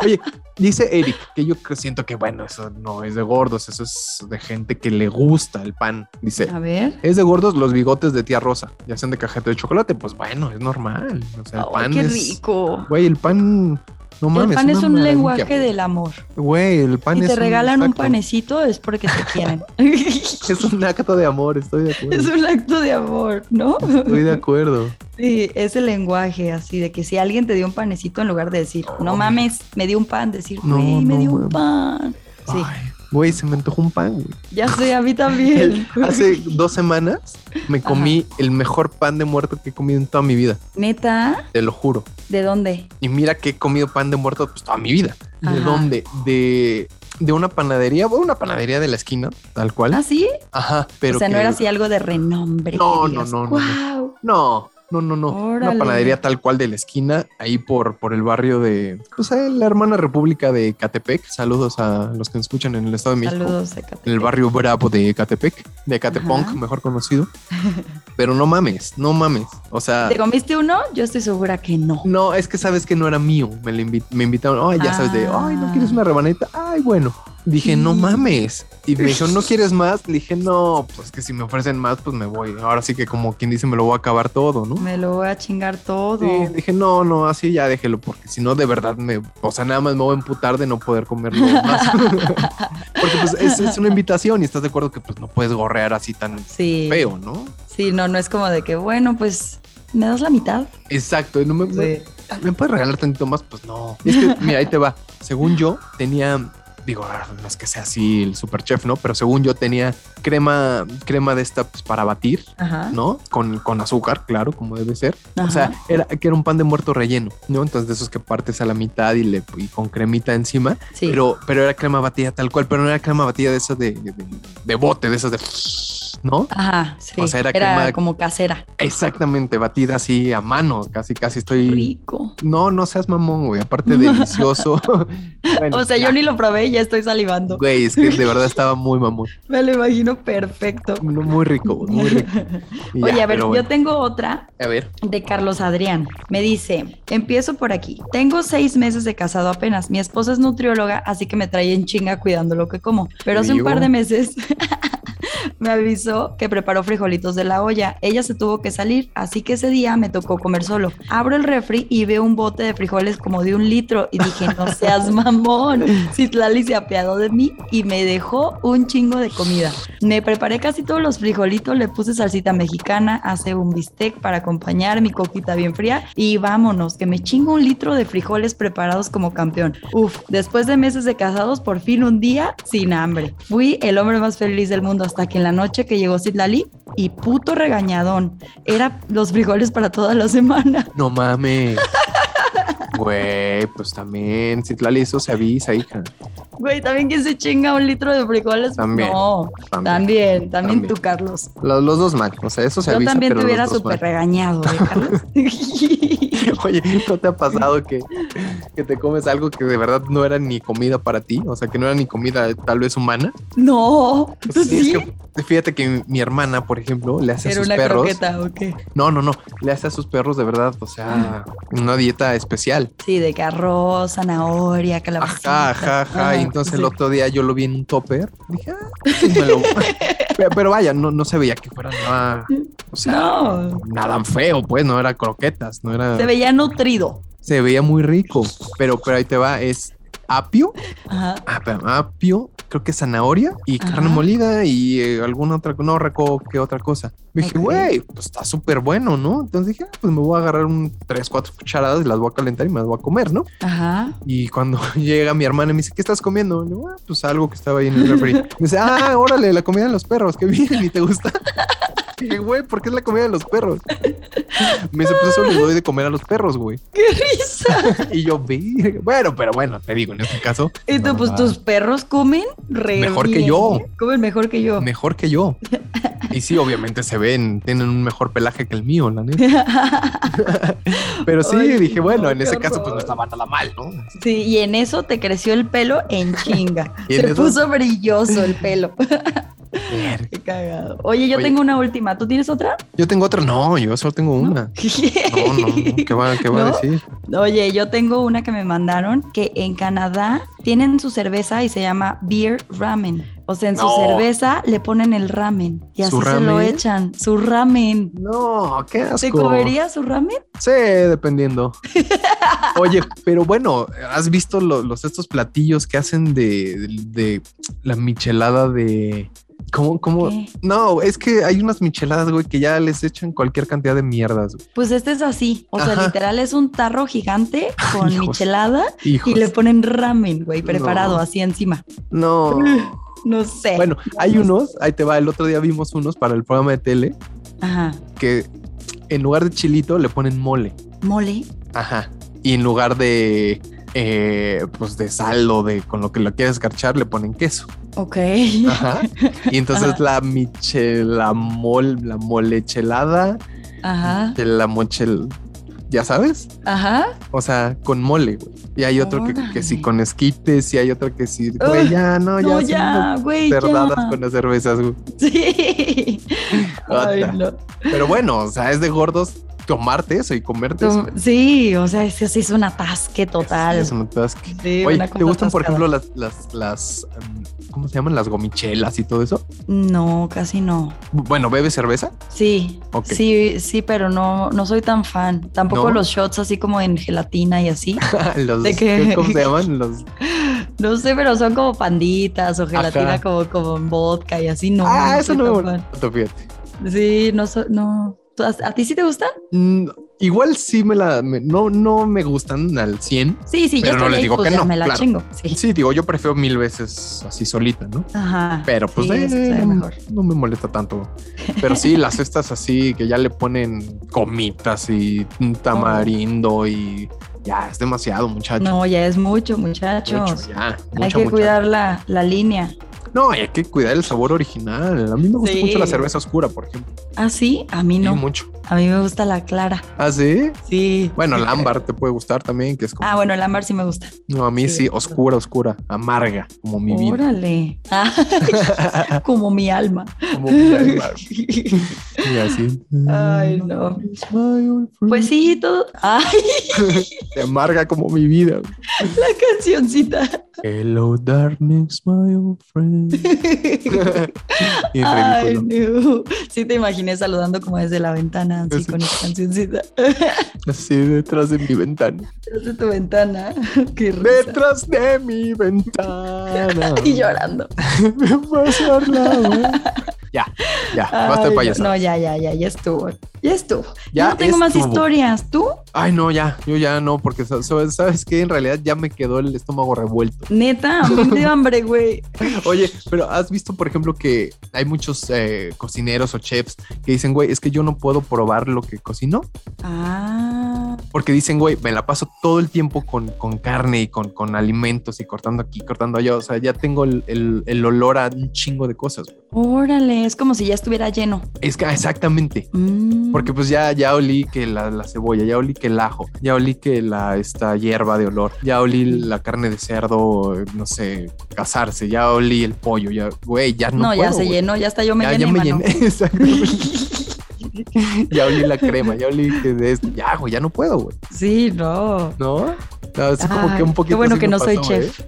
A: Oye, dice Eric que yo creo- siento que bueno, eso no es de gordos, eso es de gente que le gusta el pan. Dice,
B: A ver.
A: es de gordos los bigotes de tía Rosa, ya sean de cajeta de chocolate, pues bueno, es normal. O sea, el
B: Ay,
A: pan
B: qué
A: es-
B: rico.
A: Güey, el pan no mames.
B: el pan es
A: una
B: un
A: maravilla,
B: lenguaje del amor.
A: Güey, el pan
B: Si
A: es
B: te regalan un
A: exacto.
B: panecito es porque te quieren. es
A: Es un acto de amor, estoy de acuerdo.
B: un acto de amor, ¿no?
A: Estoy de acuerdo.
B: Sí, es el lenguaje así de que si alguien te dio un panecito en lugar de decir, no mames, me dio un pan, decir,
A: No,
B: güey, me
A: no,
B: dio un
A: güey.
B: pan. Sí,
A: Ay, Güey, se me antojó un pan, güey.
B: ya sé, a mí también.
A: Hace dos semanas me comí el mejor pan de muerto que he comido en toda mi vida,
B: Neta,
A: te lo juro.
B: ¿de dónde?
A: Y mira que he comido pan de muerto pues, toda mi vida.
B: Ajá.
A: ¿De dónde? De, de una panadería, bueno, una panadería de la esquina, tal
B: ¿Ah,
A: cual.
B: sí?
A: Ajá, pero
B: o sea, no
A: que-
B: era así algo de renombre.
A: No,
B: que
A: no,
B: digas,
A: no, no, no.
B: "Guau".
A: No, no, no, no.
B: Órale.
A: Una panadería tal cual de la esquina, ahí por, por el barrio de, pues, ahí la hermana república de Catepec. Saludos a los que nos escuchan en el Estado de México.
B: Saludos, Ecatepec.
A: en el barrio bravo de Catepec, de Catepunk,
B: Ajá.
A: mejor conocido. Pero no mames, no mames. O sea,
B: ¿Te comiste uno? Yo estoy segura que no.
A: no, es que sabes que no era mío. Me, lo invi- me invitaron, ay, ya sabes, de, ay, ¿no quieres una rebaneta? Ay, bueno. Dije, no
B: Ah. Sí.
A: mames. Y me dijeron, ¿no quieres más? Le dije, no, pues que si me ofrecen más, pues me voy. Ahora sí que como quien dice, me lo voy a acabar todo, ¿no?
B: Me lo voy a chingar todo.
A: Sí, dije, no, no, así ya déjelo, porque si no, de verdad me, o sea, nada más me voy a emputar de no poder comerlo más. porque pues es, es una invitación y estás de acuerdo que pues no puedes gorrear así tan
B: Sí.
A: feo, ¿no?
B: Sí, no, no es como de que, bueno, pues me das la mitad.
A: Exacto, y no me, me- ¿me puedes regalar tantito más, pues no. Y es que, mira, ahí te va. Según yo, tenía, digo, ah, no es que sea así el super chef, ¿no? Pero según yo tenía crema, crema de esta pues, para batir,
B: Ajá.
A: ¿no? Con, con azúcar, claro, como debe ser.
B: Ah. ajá.
A: O sea, era, que era un pan de muerto relleno, ¿no? Entonces de esos que partes a la mitad y, le, y con cremita encima,
B: sí.
A: pero, pero era crema batida tal cual, pero no era crema batida de esas de, de, de bote, de esas de... ¿No?
B: Ajá, sí.
A: o sea, era
B: era
A: crema-
B: como casera.
A: Exactamente, batida así a mano, casi, casi estoy...
B: Rico.
A: No, no seas mamón, güey, aparte delicioso. Bueno,
B: O sea, yo
A: ya,
B: ni lo probé y ya estoy salivando.
A: Güey, es que de verdad estaba muy mamón,
B: Me lo imagino perfecto.
A: No, muy rico, güey, muy rico. Y
B: Oye,
A: ya,
B: a ver,
A: pero
B: yo
A: bueno.
B: tengo otra
A: A ver,
B: de Carlos Adrián. Me dice, empiezo por aquí. Tengo seis meses de casado apenas. Mi esposa es nutrióloga, así que me trae en chinga cuidando lo que como. Pero hace un
A: Digo.
B: par de meses me avisó que preparó frijolitos de la olla. Ella se tuvo que salir, así que ese día me tocó comer solo. Abro el refri y veo un bote de frijoles como de un litro y dije, no seas mamón. Citlali se apiadó de mí y me dejó un chingo de comida. Me preparé casi todos los frijolitos, le puse salsita mexicana, hace un bistec para acompañar mi coquita bien fría y vámonos, que me chingo un litro de frijoles preparados como campeón. Uf, después de meses de casados, por fin un día sin hambre. Fui el hombre más feliz del mundo hasta que en la noche que llegó Citlali y puto regañadón. Era los frijoles para toda la semana.
A: No mames. Güey, pues también, Citlali, eso se avisa, hija.
B: Güey, también quien se chinga un litro de frijoles.
A: También,
B: No,
A: también,
B: también, también,
A: también.
B: tú, Carlos.
A: Los, los dos mal, o sea, eso se
B: Yo
A: avisa.
B: también
A: pero
B: te hubiera
A: los dos
B: súper
A: mal.
B: regañado, ¿eh, Carlos?
A: Oye, ¿no te ha pasado que, que te comes algo que de verdad no era ni comida para ti? O sea, que no era ni comida tal vez humana.
B: no, tú sí.
A: Pues es que fíjate que mi, mi hermana, por ejemplo, le hace a
B: Era
A: sus
B: una
A: perros.
B: croqueta, ¿o qué?
A: No, no, no. Le hace a sus perros de verdad, o sea, una dieta especial.
B: Sí, de que arroz, zanahoria, calabacita.
A: Ajá, ajá, ajá. Y entonces el
B: Ah, sí.
A: otro día yo lo vi en un topper. Dije, ah, pues me lo- Pero- Pero vaya, no, no se veía que fuera nada. O sea,
B: No,
A: nada feo, pues no era croquetas, no era.
B: se
A: Se,
B: veía nutrido.
A: veía muy rico, pero, pero ahí te va, es apio,
B: Ajá.
A: ah, perdón, apio, creo que zanahoria y
B: Ajá.
A: carne molida y eh, alguna otra, no recuerdo qué otra cosa. Dije,
B: Ok.
A: güey, pues está súper bueno, ¿no? Entonces dije, ah, pues me voy a agarrar un tres, cuatro cucharadas y las voy a calentar y me las voy a comer, ¿no?
B: Ajá.
A: Y cuando llega mi hermana y me dice, ¿qué estás comiendo? Le digo, "Ah, pues algo que estaba ahí en el refri. Me dice, ah, órale, la comida de los perros, qué bien, ¿y te gusta? Y dije, güey, ¿por qué es la comida de los perros? Me dice, pues eso les doy de comer a los perros, güey.
B: ¡Qué risa!
A: Y yo vi, bueno, pero bueno, te digo, en este caso,
B: Y tú,
A: No,
B: pues
A: va.
B: tus perros comen re
A: Mejor que
B: bien. ¿eh?
A: yo.
B: Comen mejor que yo.
A: mejor que yo. Y sí, obviamente se ven, tienen un mejor pelaje que el mío, la neta. Pero sí,
B: Ay,
A: dije,
B: no,
A: bueno, en
B: qué
A: ese caso,
B: horror.
A: pues no estaba nada mal, ¿no?
B: Sí, y en eso te creció el pelo en chinga.
A: Y en
B: Se
A: eso-
B: puso brilloso el pelo. Qué cagado. Oye, yo
A: Oye.
B: tengo una última. ¿Tú tienes otra?
A: Yo tengo otra, no, yo solo tengo una. No, no, no, ¿qué va, qué va
B: ¿No?
A: a decir?
B: Oye, yo tengo una que me mandaron que en Canadá tienen su cerveza y se llama beer ramen. O sea, en su
A: No.
B: cerveza le ponen el ramen y así
A: ¿Su
B: se lo
A: ramen?
B: echan. Su ramen.
A: No, qué asco.
B: ¿Se comería su ramen?
A: Sí, dependiendo. Oye, pero bueno, ¿has visto lo- los estos platillos que hacen de, de la michelada de... ¿Cómo? ¿Cómo?
B: ¿Qué?
A: No, es que hay unas micheladas, güey, que ya les echan cualquier cantidad de mierdas, güey.
B: Pues este es así. O sea,
A: Ajá.
B: literal es un tarro gigante con
A: hijos.
B: michelada
A: Hijos.
B: y le ponen ramen, güey, preparado
A: No.
B: así encima.
A: No.
B: No sé.
A: Bueno, hay unos, ahí te va, el otro día vimos unos para el programa de tele
B: Ajá.
A: que en lugar de chilito le ponen mole.
B: Mole.
A: Ajá. Y en lugar de... eh, pues de sal o de con lo que lo quieras escarchar le ponen queso.
B: Ok.
A: Ajá. Y entonces
B: Ajá.
A: la michelamol, la molechelada,
B: Ajá.
A: la mochel, ya sabes,
B: Ajá.
A: o sea, con mole, güey. Y hay otro que, que sí
B: Órale.
A: con esquites, y hay otro que sí, güey, ya, no,
B: No,
A: ya,
B: ya, güey. ya.
A: cerdadas con las cervezas, güey.
B: Sí. Ay,
A: Ota.
B: no.
A: Pero bueno, o sea, es de gordos tomarte eso y comerte eso.
B: Tú- Sí, o sea, eso sí es un atasque total.
A: Sí, es un atasque.
B: Sí,
A: Oye,
B: una
A: ¿te
B: cosa
A: gustan, por
B: atascada.
A: ejemplo, las, las, las, mm, ¿cómo se llaman? Las gomichelas y todo eso.
B: No, casi no.
A: Bueno, ¿bebes cerveza?
B: Sí,
A: Ok.
B: sí, sí, pero no, no soy tan fan. Tampoco
A: ¿No?
B: los shots así como en gelatina y así.
A: Ah, Los,
B: ¿De qué?
A: ¿Cómo se llaman? Los
B: No sé, pero son como panditas o gelatina
A: Ajá.
B: como, como en vodka y así. No,
A: ah,
B: no
A: eso
B: soy
A: no me
B: tan fan.
A: molesta, fíjate.
B: Sí, no, so- no. ¿Tú- ¿A a ti sí te gustan?
A: Mm, igual sí me la... me- no, no me gustan al 100.
B: Sí, sí,
A: Pero
B: yo
A: no
B: estoy
A: les
B: ahí,
A: digo
B: pues
A: que
B: ya
A: no,
B: me la
A: claro.
B: chingo. Sí.
A: Sí, digo, yo prefiero mil veces así solita, ¿no?
B: Ajá.
A: Pero pues
B: Sí,
A: eh,
B: eso sabe
A: no,
B: mejor.
A: no me molesta tanto. Pero sí, las estas así que ya le ponen gomitas y un tamarindo y ya es demasiado, muchacho.
B: No, ya es mucho,
A: Mucho,
B: muchachos.
A: ya,
B: Hay
A: mucha,
B: que
A: mucha.
B: cuidar la, la línea.
A: No, hay que cuidar el sabor original. A mí me gusta
B: Sí.
A: mucho la cerveza oscura, por ejemplo.
B: ¿Ah, sí? A mí
A: Sí,
B: no.
A: mucho.
B: A mí me gusta la clara.
A: Ah, sí.
B: Sí.
A: Bueno, el ámbar te puede gustar también, que es como
B: Ah, bueno, el ámbar sí me gusta.
A: No, a mí
B: Sí,
A: sí,
B: de acuerdo.
A: oscura, oscura, amarga, como mi vida.
B: Órale. Ay, como mi alma.
A: Como mi alma. Y así.
B: Ay, no.
A: It's my old friend.
B: Pues sí, todo. Ay,
A: Amarga como mi vida.
B: la cancioncita.
A: Hello, darkness, my old friend. Bien
B: Ay,
A: ridículo.
B: no. Sí te imaginé saludando como desde la ventana, así
A: Así.
B: con esa cancioncita.
A: Así detrás de mi ventana.
B: Detrás de tu ventana. Qué risa.
A: Detrás de mi ventana.
B: Y llorando.
A: Me pasa al lado. Ya, ya, basta de
B: Ay,
A: payaso.
B: No, ya, ya, ya, ya estuvo. Ya estuvo.
A: Ya
B: Ya no tengo más
A: estuvo.
B: historias. ¿Tú?
A: Ay, no, ya, yo ya no, porque sa- sa- sabes que en realidad ya me quedó el estómago revuelto.
B: Neta, a mí me dio hambre, güey.
A: Oye, pero has visto, por ejemplo, que hay muchos eh, cocineros o chefs que dicen, güey, es que yo no puedo probar lo que cocino,
B: Ah,
A: porque dicen, güey, me la paso todo el tiempo con, con carne y con, con alimentos y cortando aquí, cortando allá. O sea, ya tengo el, el- el olor a un chingo de cosas. güey.
B: órale, es como si ya estuviera lleno.
A: Es que ah, exactamente.
B: Mm.
A: Porque pues ya, ya olí que la, la cebolla, ya olí que el ajo, ya olí que la esta hierba de olor, ya olí la carne de cerdo, eh, no sé, casarse, ya olí el pollo, ya, güey, ya no.
B: No, ya
A: puedo,
B: se
A: güey.
B: llenó, ya está, yo me
A: ya,
B: llené,
A: ya me
B: mano.
A: llené, exactamente. ya olí la crema, ya olí que de esto, ya, güey, ya no puedo, güey,
B: Sí, no.
A: ¿no? No, así como
B: Ay,
A: que un poquito.
B: Qué bueno
A: sí
B: que
A: me
B: no soy
A: pasó,
B: chef.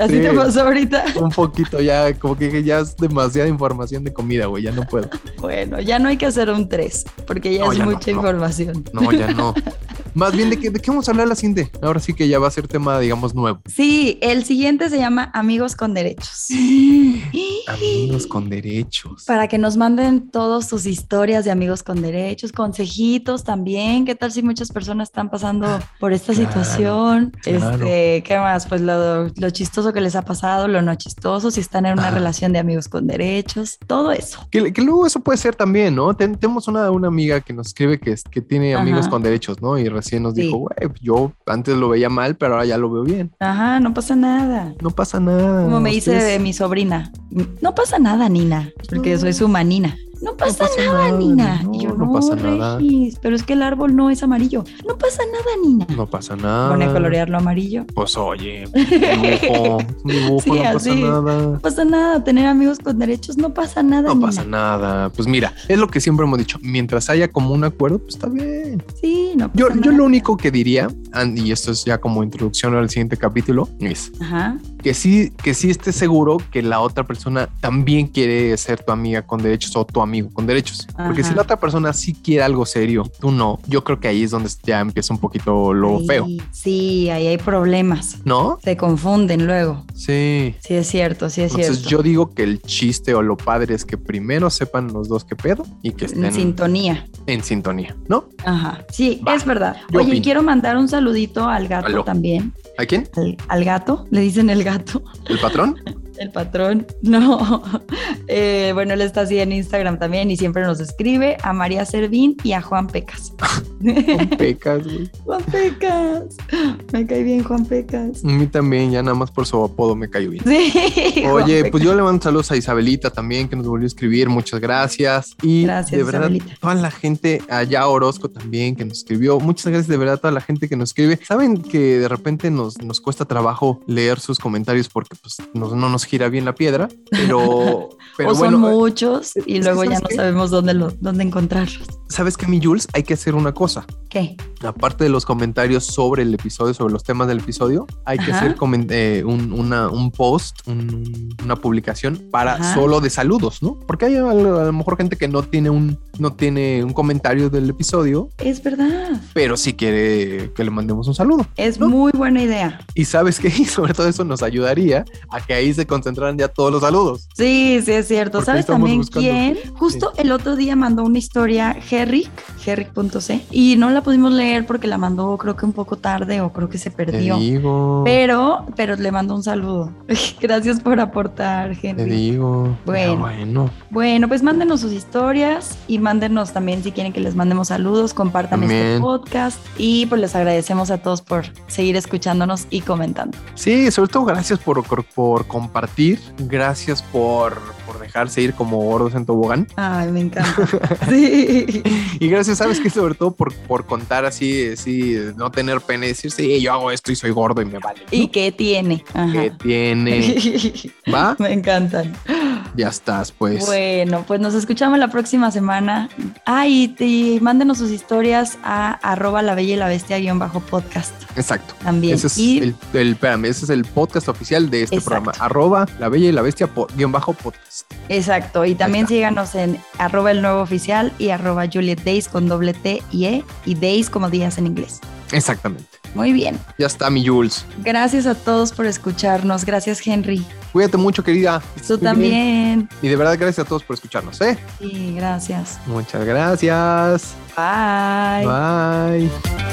B: Así
A: Sí.
B: te pasó ahorita.
A: ¿eh? Un poquito ya, como que dije, ya es demasiada información de comida, güey, ya no puedo.
B: Bueno, ya no hay que hacer un 3, porque ya
A: No,
B: es
A: ya no,
B: mucha
A: no.
B: información.
A: No, ya no. Más bien, ¿de qué, de qué vamos a hablar la siguiente? Ahora sí que ya va a ser tema, digamos, nuevo.
B: Sí, el siguiente se llama Amigos con Derechos.
A: Amigos con derechos.
B: Para que nos manden todas sus historias de amigos con derechos, consejitos también. ¿Qué tal si muchas personas están pasando por esta
A: Claro,
B: situación?
A: claro.
B: Este, ¿qué más? Pues lo, lo chistoso que les ha pasado, lo no chistoso, si están en una
A: Ajá.
B: relación de amigos con derechos, todo eso.
A: Que, que luego eso puede ser también, ¿no? Ten- tenemos una, una amiga que nos escribe que, es- que tiene
B: Ajá.
A: amigos con derechos, ¿no? Y recién nos
B: Sí.
A: dijo, güey, pues, yo antes lo veía mal, pero ahora ya lo veo bien.
B: Ajá, no pasa nada.
A: No pasa nada.
B: Como me dice
A: ustedes-
B: mi sobrina, no pasa nada, Nina, porque
A: No.
B: soy su manina. No
A: no
B: pasa nada, Nina.
A: No,
B: Y yo,
A: no pasa nada.
B: Regis, pero es que el árbol no es amarillo. No pasa nada, Nina.
A: No pasa nada.
B: Pone a colorearlo amarillo.
A: Pues oye, un dibujo, un dibujo,
B: Sí,
A: no pasa
B: así.
A: nada.
B: No pasa nada, tener amigos con derechos no pasa nada.
A: No
B: Nina.
A: pasa nada. Pues mira, es lo que siempre hemos dicho. Mientras haya como un acuerdo, pues está bien.
B: Sí, no pasa
A: Yo, yo
B: nada.
A: lo único que diría, and- y esto es ya como introducción al siguiente capítulo, es
B: Ajá.
A: que sí, que sí estés seguro que la otra persona también quiere ser tu amiga con derechos o tu amigo con derechos. Porque
B: Ajá.
A: si la otra persona sí quiere algo serio, tú no, yo creo que ahí es donde ya empieza un poquito lo
B: Ahí-
A: feo,
B: Sí, ahí hay problemas.
A: ¿no?
B: Se confunden luego.
A: Sí.
B: Sí, es cierto, sí es
A: Entonces
B: cierto.
A: yo digo que el chiste o lo padre es que primero sepan los dos qué pedo y que estén
B: En sintonía.
A: en sintonía, ¿no?
B: Ajá. Sí,
A: Va,
B: es verdad.
A: yo
B: Oye, y
A: opino.
B: quiero mandar un saludito al gato
A: Aló.
B: también.
A: ¿A quién?
B: Al, al gato, le dicen el gato,
A: ¿El patrón?
B: el patrón. No. Eh, bueno, él está así en Instagram también y siempre nos escribe a María Servín y a Juan Pecas.
A: Con pecas, güey.
B: Juan Pecas. Me cae bien Juan Pecas.
A: A mí también, ya nada más por su apodo me cayó bien.
B: Sí. Juan
A: Oye,
B: Pecas.
A: pues yo le mando saludos a Isabelita también, que nos volvió a escribir. Muchas gracias. Y
B: Gracias,
A: de verdad,
B: Isabelita.
A: toda la gente allá, Orozco también, que nos escribió. Muchas gracias de verdad a toda la gente que nos escribe. Saben que de repente nos, nos cuesta trabajo leer sus comentarios porque pues, nos- no nos gira bien la piedra, pero, pero
B: o son
A: bueno, eh,
B: muchos y
A: que
B: luego ya
A: ¿sabes
B: no
A: qué?
B: sabemos dónde, lo, dónde encontrarlos.
A: ¿sabes qué, mi Jules? Hay que hacer una cosa.
B: ¿Qué?
A: aparte de los comentarios sobre el episodio, sobre los temas del episodio, hay que
B: Ajá.
A: hacer comen- eh, un, una- un post, un- una publicación para
B: Ajá.
A: solo de saludos, ¿no? Porque hay a, lo a lo mejor gente que no tiene un, no tiene un comentario del episodio,
B: Es verdad.
A: pero sí quiere que le mandemos un saludo.
B: Es
A: ¿No?
B: muy buena idea.
A: Y sabes qué, y sobre todo eso nos ayudaría a que ahí se concentraran ya todos los saludos.
B: Sí, sí, es cierto.
A: Porque
B: ¿Sabes
A: estamos
B: también
A: buscando-
B: quién? Justo el otro día mandó una historia Herrick, herrick.c, y no la pudimos leer porque la mandó creo que un poco tarde o creo que se
A: Te
B: perdió.
A: digo,
B: Pero, pero le mando un saludo. Gracias por aportar,
A: te
B: Henry.
A: digo.
B: Bueno.
A: Ah, bueno.
B: Bueno, pues mándenos sus historias y mándenos también si quieren que les mandemos saludos, compartan este
A: También.
B: podcast y pues les agradecemos a todos por seguir escuchándonos y comentando.
A: Sí, sobre todo gracias por, por, por compartir, gracias por, por dejarse ir como gordos en tobogán
B: Ay, me encanta. Sí.
A: y gracias, sabes que sobre todo por, por contar así, así, no tener pena y decir, sí, yo hago esto y soy gordo y me vale.
B: ¿Y qué tiene? Ajá.
A: ¿Qué tiene? ¿Va?
B: Me encantan.
A: Ya estás, pues.
B: Bueno, pues nos escuchamos la próxima semana. Ay, y mándenos sus historias a arroba la bella y la bestia guión bajo podcast.
A: Exacto.
B: También.
A: Ese es,
B: Y-
A: el, el- espérame, ese es el podcast oficial de este
B: Exacto.
A: programa. Arroba la bella y la bestia po- guión bajo podcast.
B: Exacto. Y también
A: está.
B: síganos en arroba el nuevo oficial y arroba Juliet Days con doble T y E y Days como días en inglés.
A: Exactamente.
B: Muy bien.
A: Ya está, mi Jules.
B: Gracias a todos por escucharnos. Gracias, Henry.
A: Cuídate mucho, querida.
B: Tú
A: Estoy bien.
B: también.
A: Y de verdad, gracias a todos por escucharnos, ¿eh?
B: Sí, gracias.
A: Muchas gracias.
B: Bye.
A: Bye.